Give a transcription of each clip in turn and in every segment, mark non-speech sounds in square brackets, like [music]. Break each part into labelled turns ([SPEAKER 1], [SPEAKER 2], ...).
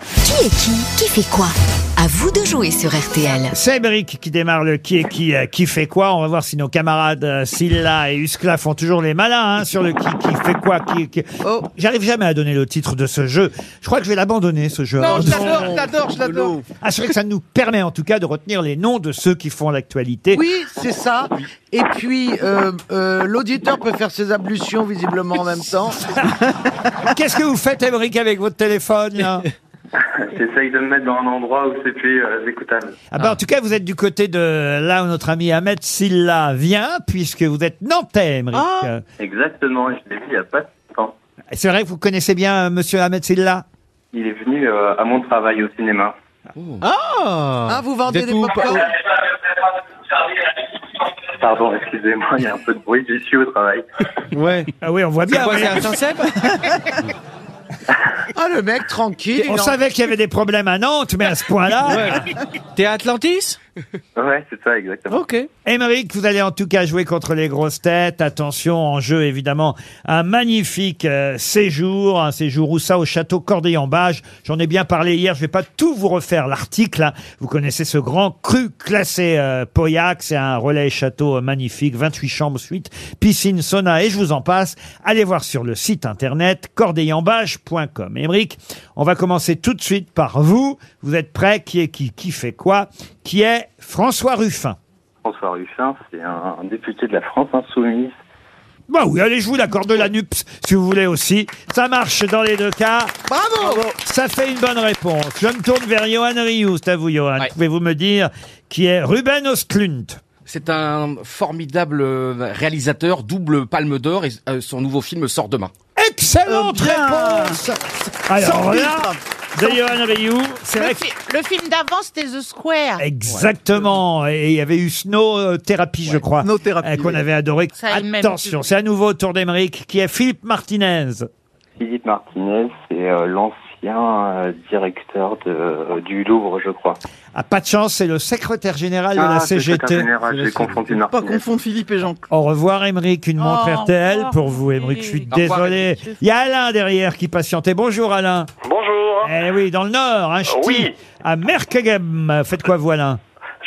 [SPEAKER 1] Qui est qui Qui fait quoi À vous de jouer sur RTL.
[SPEAKER 2] C'est Émeric qui démarre le qui est qui, euh, qui fait quoi. On va voir si nos camarades euh, Silla et Huskla font toujours les malins hein, sur le qui, qui fait quoi. Qui, qui-
[SPEAKER 3] Oh.
[SPEAKER 2] J'arrive jamais à donner le titre de ce jeu. Je crois que je vais l'abandonner ce jeu.
[SPEAKER 3] Non,
[SPEAKER 2] Alors,
[SPEAKER 3] je l'adore, je l'adore, je l'adore.
[SPEAKER 2] Ah, c'est vrai que ça nous permet en tout cas de retenir les noms de ceux qui font l'actualité.
[SPEAKER 3] Oui, c'est ça. Et puis, euh, euh, l'auditeur peut faire ses ablutions visiblement en même temps.
[SPEAKER 2] Qu'est-ce que vous faites Émeric avec votre téléphone
[SPEAKER 3] [laughs]
[SPEAKER 2] là
[SPEAKER 4] J'essaye de me mettre dans un endroit où c'est plus euh, écoutable.
[SPEAKER 2] Ah bah, en tout cas, vous êtes du côté de là où notre ami Ahmed Silla vient, puisque vous êtes nantais, Émeric.
[SPEAKER 3] Ah.
[SPEAKER 2] Euh,
[SPEAKER 4] Exactement, je l'ai vu il n'y a pas de temps.
[SPEAKER 2] C'est vrai que vous connaissez bien euh, Monsieur Ahmed Silla.
[SPEAKER 4] Il est venu euh, à mon travail au cinéma.
[SPEAKER 3] Hein, vous vendez des pop
[SPEAKER 4] Pardon, excusez-moi, il y a un peu de bruit, je suis au travail.
[SPEAKER 5] Ouais.
[SPEAKER 2] Ah oui, on voit bien. mais-
[SPEAKER 3] Ah, le mec, tranquille.
[SPEAKER 2] On
[SPEAKER 3] il en-
[SPEAKER 2] savait qu'il y avait des problèmes à Nantes, mais à ce point-là,
[SPEAKER 5] T'es Atlantis
[SPEAKER 4] Ouais, c'est ça, exactement.
[SPEAKER 5] Ok.
[SPEAKER 2] Émeric, vous allez en tout cas jouer contre les grosses têtes. Attention, en jeu évidemment, un magnifique euh, séjour, un séjour où ça au château Corday-en-Bage. J'en ai bien parlé hier, je vais pas tout vous refaire l'article. hein. Vous connaissez ce grand cru classé euh, Pauillac, c'est un relais château euh, magnifique, 28 chambres suite, piscine, sauna et je vous en passe. Allez voir sur le site internet cordeillenbage.com. Émeric, on va commencer tout de suite par vous. Vous êtes prêts Qui est qui Qui fait quoi Qui est François Ruffin
[SPEAKER 4] François Ruffin, c'est un, un député de la France Insoumise.
[SPEAKER 2] Bah oui, allez, je vous l'accorde de la NUPS, si vous voulez aussi. Ça marche dans les deux cas.
[SPEAKER 3] Bravo
[SPEAKER 2] Ça fait une bonne réponse. Je me tourne vers Johan Rioux. C'est à vous, Johan.
[SPEAKER 5] Ouais.
[SPEAKER 2] Pouvez-vous me dire qui est Ruben Ostlund
[SPEAKER 5] C'est un formidable euh, réalisateur, double palme d'or, et euh, son nouveau film sort demain.
[SPEAKER 2] Excellente
[SPEAKER 3] Euh, bien.
[SPEAKER 2] réponse Alors là, de Johan Rioux, c'est vrai
[SPEAKER 6] Le,
[SPEAKER 2] que...
[SPEAKER 6] fi- le film d'avant, c'était The Square.
[SPEAKER 2] Exactement. Et il y avait eu Snow euh, Therapy, je crois.
[SPEAKER 3] Snow Therapy,
[SPEAKER 2] euh, Qu'on
[SPEAKER 3] oui.
[SPEAKER 2] avait adoré.
[SPEAKER 6] Ça a le même
[SPEAKER 2] Attention,
[SPEAKER 6] public.
[SPEAKER 2] c'est à nouveau au tour d'Emeric, qui est Philippe Martinez.
[SPEAKER 4] Philippe Martinez, c'est euh, l'ancien euh, directeur de, euh, du Louvre, je crois.
[SPEAKER 2] Ah, pas de chance, c'est le secrétaire général de la
[SPEAKER 4] Ah, c'est le secrétaire
[SPEAKER 2] CGT.
[SPEAKER 4] général, J'ai confondu
[SPEAKER 3] Pas
[SPEAKER 4] Martinez.
[SPEAKER 3] confondre Philippe et Jean.
[SPEAKER 2] Au revoir, Émeric. Une montre
[SPEAKER 6] au
[SPEAKER 2] RTL
[SPEAKER 6] revoir,
[SPEAKER 2] pour vous, Émeric. Je suis
[SPEAKER 6] Émeric.
[SPEAKER 5] Au revoir,
[SPEAKER 2] désolé. Il y a Alain derrière qui patientait. Bonjour, Alain.
[SPEAKER 7] Bonjour,
[SPEAKER 2] Eh oui, dans le Nord, un ch'ti,
[SPEAKER 7] Oui.
[SPEAKER 2] à Merkegem. Faites quoi, vous, Alain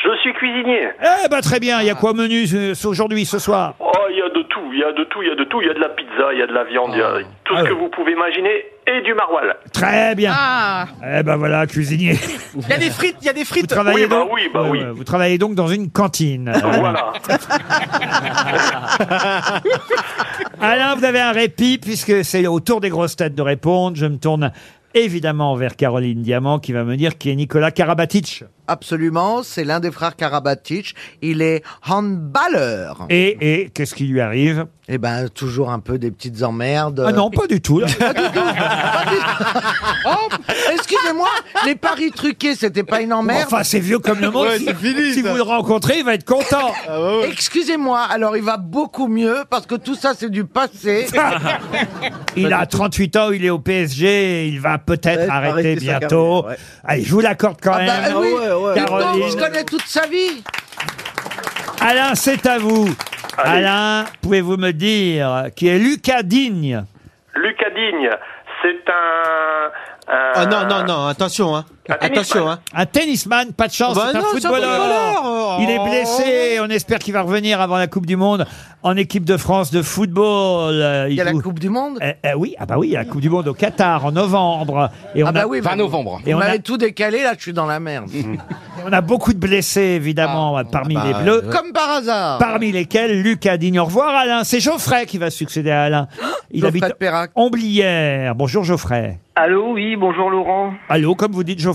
[SPEAKER 7] je suis cuisinier.
[SPEAKER 2] Eh ben, très bien. Il y a quoi au menu euh, ce- aujourd'hui, ce soir
[SPEAKER 7] Oh, il y a de tout, il y a de tout, il y a de tout. Il y a de la pizza, il y a de la viande, il y a tout
[SPEAKER 2] Ah
[SPEAKER 7] ce que
[SPEAKER 2] ouais.
[SPEAKER 7] vous pouvez imaginer et du maroilles.
[SPEAKER 2] Très bien.
[SPEAKER 6] Ah,
[SPEAKER 2] Eh ben voilà, cuisinier.
[SPEAKER 5] [laughs] Il y a des frites, il y a des
[SPEAKER 2] Vous
[SPEAKER 5] frites
[SPEAKER 2] travaillez
[SPEAKER 7] bah
[SPEAKER 2] donc...
[SPEAKER 7] oui, bah oui. Bah
[SPEAKER 2] vous travaillez donc dans une cantine. [laughs]
[SPEAKER 7] Voilà.
[SPEAKER 2] Alain, vous avez un répit puisque c'est au tour des grosses têtes de répondre. Je me tourne évidemment vers Caroline Diamant qui va me dire qui est Nicolas Karabatic.
[SPEAKER 3] Absolument, c'est l'un des frères Karabatic. Il est handballeur.
[SPEAKER 2] Et, et qu'est-ce qui lui arrive
[SPEAKER 3] Eh ben, toujours un peu des petites emmerdes. Ah,
[SPEAKER 2] Ah
[SPEAKER 5] Euh,
[SPEAKER 2] non, pas du
[SPEAKER 5] [laughs]
[SPEAKER 2] tout. là.
[SPEAKER 3] [laughs] Oh, excusez-moi, les paris truqués, c'était pas une emmerde.
[SPEAKER 2] Enfin, c'est vieux comme le monde.
[SPEAKER 5] Ouais,
[SPEAKER 2] si,
[SPEAKER 5] c'est fini,
[SPEAKER 2] si
[SPEAKER 5] ça.
[SPEAKER 2] vous le rencontrez, il va être content.
[SPEAKER 3] Excusez-moi, alors il va beaucoup mieux parce que tout ça c'est du passé.
[SPEAKER 2] Il a 38 ans, il est au PSG, il va peut-être
[SPEAKER 8] Ouais,
[SPEAKER 2] arrêter
[SPEAKER 8] arrêter sa
[SPEAKER 2] bientôt.
[SPEAKER 8] carrière, ouais.
[SPEAKER 2] Allez, je vous l'accorde quand
[SPEAKER 3] Ah
[SPEAKER 2] même.
[SPEAKER 3] bah, eh oui,
[SPEAKER 8] ouais, ouais.
[SPEAKER 3] dites donc,
[SPEAKER 2] Caroline.
[SPEAKER 3] je connais toute sa vie.
[SPEAKER 2] Alain, c'est à vous.
[SPEAKER 7] Allez.
[SPEAKER 2] Alain, pouvez-vous me dire qui est Lucas Digne
[SPEAKER 7] Lucas Digne, c'est un. un-
[SPEAKER 8] Ah non, non, non, attention, hein.
[SPEAKER 7] Un tennisman.
[SPEAKER 8] Attention, hein.
[SPEAKER 2] Un tennisman, pas de chance,
[SPEAKER 8] Bah
[SPEAKER 2] c'est un
[SPEAKER 8] non, c'est un
[SPEAKER 2] footballeur.
[SPEAKER 8] footballeur.
[SPEAKER 2] Il est blessé, on espère qu'il va revenir avant la Coupe du Monde en équipe de France de football. Euh,
[SPEAKER 3] Il y a la
[SPEAKER 2] joue-
[SPEAKER 3] Coupe du Monde.
[SPEAKER 2] Eh, eh oui, ah bah oui, il y a la Coupe du Monde au Qatar en novembre. Et on
[SPEAKER 3] Ah bah
[SPEAKER 2] a-
[SPEAKER 3] oui,
[SPEAKER 5] 20
[SPEAKER 3] mais-
[SPEAKER 5] novembre.
[SPEAKER 2] Et
[SPEAKER 3] Vous
[SPEAKER 2] on a-
[SPEAKER 3] m'avez tout décalé, là je suis dans la merde.
[SPEAKER 2] On a beaucoup de blessés, évidemment, parmi
[SPEAKER 8] bah,
[SPEAKER 2] les Bleus.
[SPEAKER 8] ouais.
[SPEAKER 3] Comme par hasard.
[SPEAKER 2] Parmi lesquels Lucas Digne. Au revoir, Alain. C'est Geoffrey qui va succéder à Alain. Il
[SPEAKER 3] Geoffrey
[SPEAKER 2] habite
[SPEAKER 3] de Perrac.
[SPEAKER 2] Homblières. Bonjour, Geoffrey.
[SPEAKER 4] Allô, oui, bonjour Laurent.
[SPEAKER 2] Allô, comme vous dites, Geoffrey.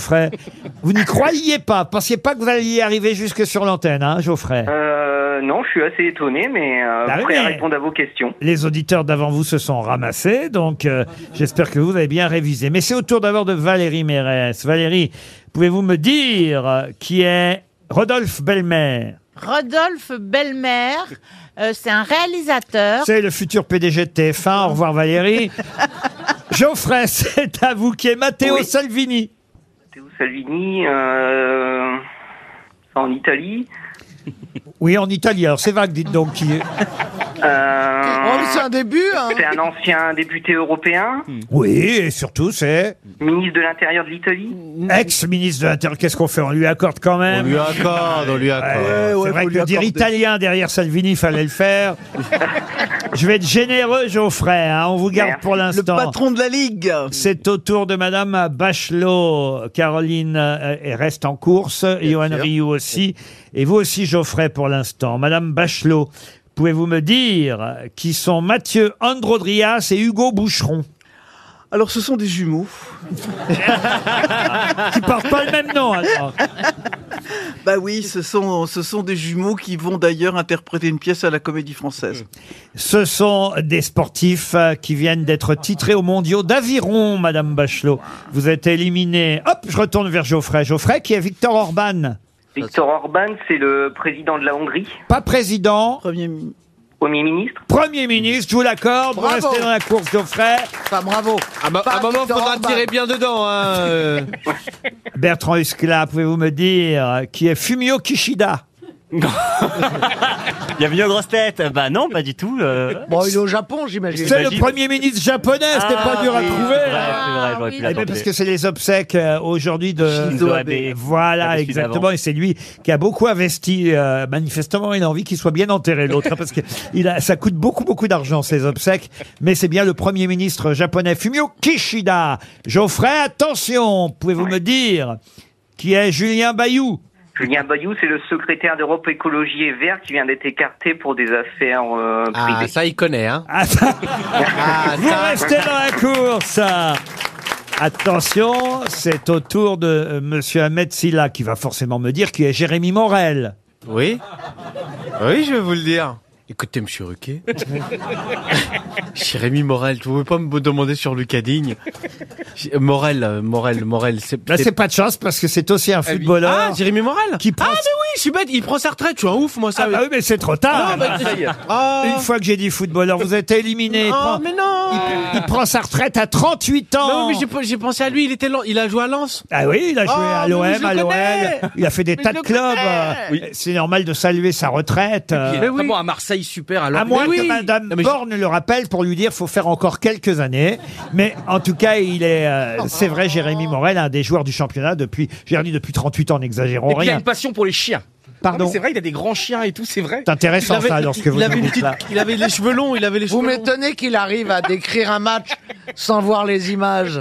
[SPEAKER 2] vous n'y croyiez pas. Pensiez pas que vous alliez arriver jusque sur l'antenne, hein, Geoffrey.
[SPEAKER 4] Euh, non, je suis assez étonné, mais euh,
[SPEAKER 2] Bah oui,
[SPEAKER 4] prêt à
[SPEAKER 2] mais-
[SPEAKER 4] répondre à vos questions.
[SPEAKER 2] Les auditeurs d'avant vous se sont ramassés, donc euh, j'espère que vous avez bien révisé. Mais c'est au tour d'abord de Valérie Mérès. Valérie, pouvez-vous me dire euh, qui est Rodolphe Belmer
[SPEAKER 6] Rodolphe Belmer, euh, c'est un réalisateur.
[SPEAKER 2] C'est le futur PDG de TF1. Au revoir
[SPEAKER 6] [laughs]
[SPEAKER 2] Valérie. Geoffrey, c'est à vous qui est Matteo
[SPEAKER 4] Oui.
[SPEAKER 2] Salvini.
[SPEAKER 4] Matteo Salvini, euh, en Italie.
[SPEAKER 2] Oui, en Italie. Alors c'est vague, dites donc. Qui...
[SPEAKER 3] Oh, mais c'est un début, hein
[SPEAKER 9] euh, C'est un ancien député européen,
[SPEAKER 2] Oui, et surtout c'est
[SPEAKER 9] ministre de l'Intérieur de l'Italie.
[SPEAKER 2] ex-ministre de l'Intérieur. Qu'est-ce qu'on fait On lui accorde quand
[SPEAKER 8] hein. On
[SPEAKER 2] même.
[SPEAKER 8] lui accorde, on Eh lui
[SPEAKER 2] Euh,
[SPEAKER 8] accorde.
[SPEAKER 2] c'est
[SPEAKER 3] ouais,
[SPEAKER 2] vrai
[SPEAKER 3] faut
[SPEAKER 2] que
[SPEAKER 3] lui
[SPEAKER 2] dire
[SPEAKER 3] accorder.
[SPEAKER 2] italien derrière Salvini, fallait le faire. Je vais être généreux, Geoffrey. Hein, on vous garde
[SPEAKER 9] Merci.
[SPEAKER 2] pour
[SPEAKER 3] Le
[SPEAKER 2] l'instant.
[SPEAKER 3] patron de la Ligue
[SPEAKER 2] C'est au tour de Madame Bachelot. Caroline euh, elle reste en course, Johan
[SPEAKER 3] sûr.
[SPEAKER 2] Rioux aussi, et vous aussi, Geoffrey, pour l'instant. Madame Bachelot, pouvez-vous me dire qui sont Mathieu Androdrias et Hugo Boucheron
[SPEAKER 3] Alors, ce sont des jumeaux.
[SPEAKER 2] Qui portent pas le même nom, alors.
[SPEAKER 10] Bah oui, ce sont, ce sont des jumeaux qui vont d'ailleurs interpréter une pièce à la comédie française.
[SPEAKER 2] Ce sont des sportifs euh, qui viennent d'être titrés aux mondiaux d'aviron, Madame Bachelot. Vous êtes éliminée. Hop, je retourne vers Geoffrey. Geoffrey qui est Victor Orban.
[SPEAKER 9] Victor Orban, c'est le président de la Hongrie,
[SPEAKER 2] Pas président,
[SPEAKER 10] Premier mi-
[SPEAKER 9] Premier ministre.
[SPEAKER 2] Premier ministre, je vous l'accorde. Vous
[SPEAKER 3] Bravo.
[SPEAKER 2] restez dans la course, Geoffrey.
[SPEAKER 3] Enfin, Bah, bravo
[SPEAKER 8] À un mo-
[SPEAKER 3] Pas
[SPEAKER 8] un moment,
[SPEAKER 3] Victor
[SPEAKER 8] faudra
[SPEAKER 3] Orban.
[SPEAKER 8] tirer bien dedans. Hein. euh.
[SPEAKER 2] Bertrand Huskla, pouvez-vous me dire euh, qui est Fumio Kishida
[SPEAKER 10] Bienvenue aux grosses têtes Bah non, pas du tout. euh.
[SPEAKER 3] Bon, il est au Japon, j'imagine.
[SPEAKER 2] C'est le Premier ministre japonais, c'était pas dur à
[SPEAKER 10] Ah oui,
[SPEAKER 2] trouver.
[SPEAKER 10] C'est vrai,
[SPEAKER 2] hein.
[SPEAKER 10] c'est vrai, j'aurais
[SPEAKER 6] oui.
[SPEAKER 10] pu
[SPEAKER 2] Eh bien,
[SPEAKER 10] l'attendre.
[SPEAKER 2] parce que c'est les obsèques euh, aujourd'hui de
[SPEAKER 10] Shinzo Abe.
[SPEAKER 2] Voilà,
[SPEAKER 10] Ah, de suite
[SPEAKER 2] exactement.
[SPEAKER 10] avant.
[SPEAKER 2] Et c'est lui qui a beaucoup investi. euh, manifestement, il a envie qu'il soit bien enterré, l'autre, hein, parce que il a, ça coûte beaucoup, beaucoup d'argent, ces obsèques. Mais c'est bien le premier ministre japonais, Fumio Kishida. Geoffrey, attention, pouvez-vous me dire qui est Julien Bayou [laughs]
[SPEAKER 9] Julien Bayou, c'est le secrétaire d'Europe Écologie et Vert qui vient d'être écarté pour des affaires euh,
[SPEAKER 8] Ah,
[SPEAKER 9] privées.
[SPEAKER 8] ça, il connaît. Hein.
[SPEAKER 2] Ah, ça,
[SPEAKER 8] Ah,
[SPEAKER 2] Vous restez dans la course Attention, c'est au tour de euh, Monsieur Ahmed Silla qui va forcément me dire qui est Jérémy Morel.
[SPEAKER 8] Oui. Oui, je vais vous le dire. Écoutez, monsieur [laughs] Ruquet. Jérémy Morel, vous pouvez pas me demander sur Lucas Digne. J- Morel, euh, Morel, Morel, Bah, c'est.
[SPEAKER 2] Là, Bah, c'est pas de chance parce que c'est aussi un footballeur.
[SPEAKER 8] Ah, Jérémy Morel
[SPEAKER 2] Qui prend-
[SPEAKER 8] Ah, mais oui, je suis bête, il prend sa retraite, je suis un ouf, moi, ça.
[SPEAKER 2] Ah bah oui, mais c'est trop tard.
[SPEAKER 8] Ah, bah, Ah.
[SPEAKER 2] Une fois que j'ai dit footballeur, vous êtes éliminé. Il,
[SPEAKER 8] Ah,
[SPEAKER 2] prend-
[SPEAKER 8] mais non
[SPEAKER 2] il prend sa retraite à 38
[SPEAKER 8] Non,
[SPEAKER 2] ans.
[SPEAKER 8] mais j'ai- j'ai pensé à lui, il, était lent- il a joué à Lens.
[SPEAKER 2] Ah oui, il a joué
[SPEAKER 8] Oh,
[SPEAKER 2] à
[SPEAKER 8] mais oui,
[SPEAKER 2] l'OM,
[SPEAKER 8] je
[SPEAKER 2] à
[SPEAKER 8] le
[SPEAKER 2] l'OL.
[SPEAKER 8] connais.
[SPEAKER 2] Il a fait des
[SPEAKER 8] Mais
[SPEAKER 2] tas
[SPEAKER 8] je
[SPEAKER 2] de
[SPEAKER 8] le
[SPEAKER 2] clubs.
[SPEAKER 8] connais.
[SPEAKER 2] euh, C'est normal de saluer sa retraite. euh,
[SPEAKER 5] Puis, notamment à Marseille, super. Alors,
[SPEAKER 2] À moins
[SPEAKER 8] oui.
[SPEAKER 2] que Madame
[SPEAKER 8] Non, mais je-
[SPEAKER 2] Borne le rappelle pour lui dire faut faire encore quelques années. Mais en tout cas, il est, euh, c'est vrai, Jérémy Morel, un des joueurs du championnat depuis, j'ai dit depuis 38 ans, n'exagérons
[SPEAKER 5] Et puis, il a
[SPEAKER 2] rien.
[SPEAKER 5] une passion pour les chiens. Non,
[SPEAKER 2] Pardon.
[SPEAKER 5] mais C'est vrai, il a des grands chiens et tout, c'est vrai.
[SPEAKER 2] C'est intéressant ça, alors ce que
[SPEAKER 8] il
[SPEAKER 2] vous
[SPEAKER 8] avait
[SPEAKER 2] nous
[SPEAKER 8] une
[SPEAKER 2] dites
[SPEAKER 8] petite-
[SPEAKER 2] là.
[SPEAKER 8] il avait les cheveux longs, il avait les
[SPEAKER 3] Vous
[SPEAKER 8] cheveux longs.
[SPEAKER 3] m'étonnez qu'il arrive à décrire un match sans voir les images.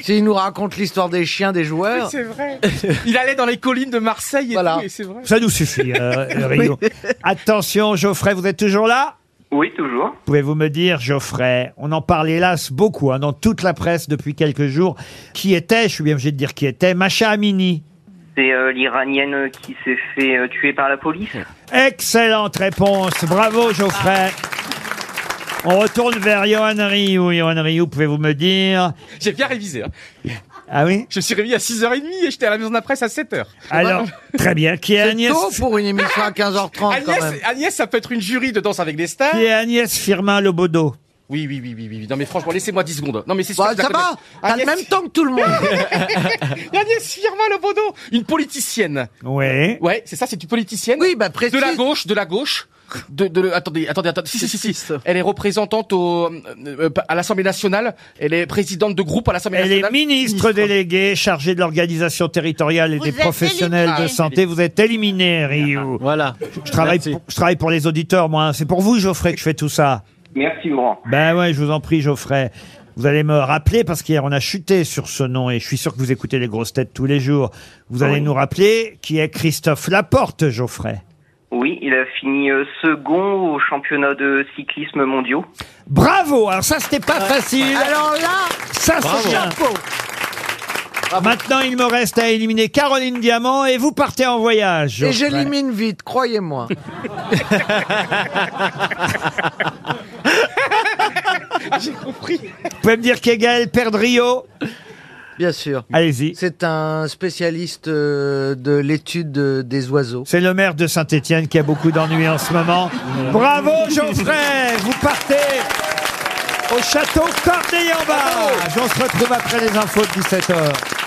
[SPEAKER 3] S'il nous raconte l'histoire des chiens des joueurs.
[SPEAKER 5] C'est vrai. Il allait dans les collines de Marseille et
[SPEAKER 3] Voilà.
[SPEAKER 5] tout, et c'est vrai.
[SPEAKER 2] Ça nous suffit, euh, Rio. Attention, Geoffrey, vous êtes toujours là
[SPEAKER 9] Oui, toujours.
[SPEAKER 2] Pouvez-vous me dire, Geoffrey, on en parle hélas beaucoup hein, dans toute la presse depuis quelques jours, qui était, je suis bien obligé de dire qui était, Macha Amini
[SPEAKER 9] C'est euh, l'Iranienne qui s'est fait euh, tuer par la police.
[SPEAKER 2] Excellente réponse. Bravo, Geoffrey. On retourne vers Johan Rioux. Johan Rioux, pouvez-vous me dire
[SPEAKER 5] J'ai bien révisé. hein.
[SPEAKER 2] Ah oui
[SPEAKER 5] Je me suis réveillé à 6h30 et j'étais à la maison de la presse à 7h.
[SPEAKER 2] Alors, très bien. Qui est
[SPEAKER 3] C'est
[SPEAKER 2] Agnès,
[SPEAKER 3] tôt pour une émission à
[SPEAKER 2] Ah,
[SPEAKER 3] 15h30 quand même.
[SPEAKER 5] Agnès, Agnès, ça peut être une jury de danse avec des stars.
[SPEAKER 2] qui est Agnès Firmin Lobodo
[SPEAKER 5] Oui, oui, oui, oui, oui. oui. Non, mais franchement, laissez-moi 10 secondes. Non, mais c'est sûr.
[SPEAKER 3] Bah,
[SPEAKER 5] que je la
[SPEAKER 3] ça va,
[SPEAKER 5] connais.
[SPEAKER 3] t'as le
[SPEAKER 5] Agnès-
[SPEAKER 3] même temps que tout le monde.
[SPEAKER 5] Agnès Firmin Le Bodo, une politicienne.
[SPEAKER 2] Oui.
[SPEAKER 5] Ouais, c'est ça, c'est une politicienne.
[SPEAKER 3] Oui, bah
[SPEAKER 5] de la
[SPEAKER 3] précis.
[SPEAKER 5] gauche, de la gauche. De, de, le- attendez, attendez, attendez. Si, si, si, si. Elle est représentante au, euh, euh, à l'Assemblée nationale. Elle est présidente de groupe à l'Assemblée
[SPEAKER 2] Elle est
[SPEAKER 5] nationale.
[SPEAKER 2] ministre déléguée chargée de l'organisation territoriale et
[SPEAKER 6] Vous
[SPEAKER 2] des
[SPEAKER 6] êtes
[SPEAKER 2] professionnels de
[SPEAKER 6] éliminé.
[SPEAKER 2] santé. Vous êtes éliminé, Rioux.
[SPEAKER 8] Voilà.
[SPEAKER 2] Je travaille,
[SPEAKER 8] Merci.
[SPEAKER 2] pour, je travaille pour les auditeurs, moi. hein. C'est pour vous, Geoffrey, que je fais tout ça.
[SPEAKER 9] Merci, Laurent.
[SPEAKER 2] Ben ouais, je vous en prie, Geoffrey. Vous allez me rappeler, parce qu'hier on a chuté sur ce nom, et je suis sûr que vous écoutez les grosses têtes tous les jours. Vous allez nous rappeler qui est Christophe Laporte, Geoffrey.
[SPEAKER 9] Oui, il a fini euh, second au championnat de cyclisme mondiaux.
[SPEAKER 2] Bravo Alors ça, c'était pas facile.
[SPEAKER 3] Alors là,
[SPEAKER 2] Ça, c'est bien. Maintenant, il me reste à éliminer Caroline Diamant, et vous partez en voyage.
[SPEAKER 3] et
[SPEAKER 2] Geoffrey.
[SPEAKER 3] j'élimine vite, croyez-moi.
[SPEAKER 2] Vous pouvez me dire qui est Gaël Perdrio
[SPEAKER 3] Bien sûr.
[SPEAKER 2] Allez-y.
[SPEAKER 3] C'est un spécialiste euh, de l'étude euh, des oiseaux.
[SPEAKER 2] C'est le maire de Saint-Étienne qui a beaucoup d'ennuis en ce moment. Bravo Geoffrey, vous partez au château Corneille-en-Bas. On se retrouve après les infos de 17h.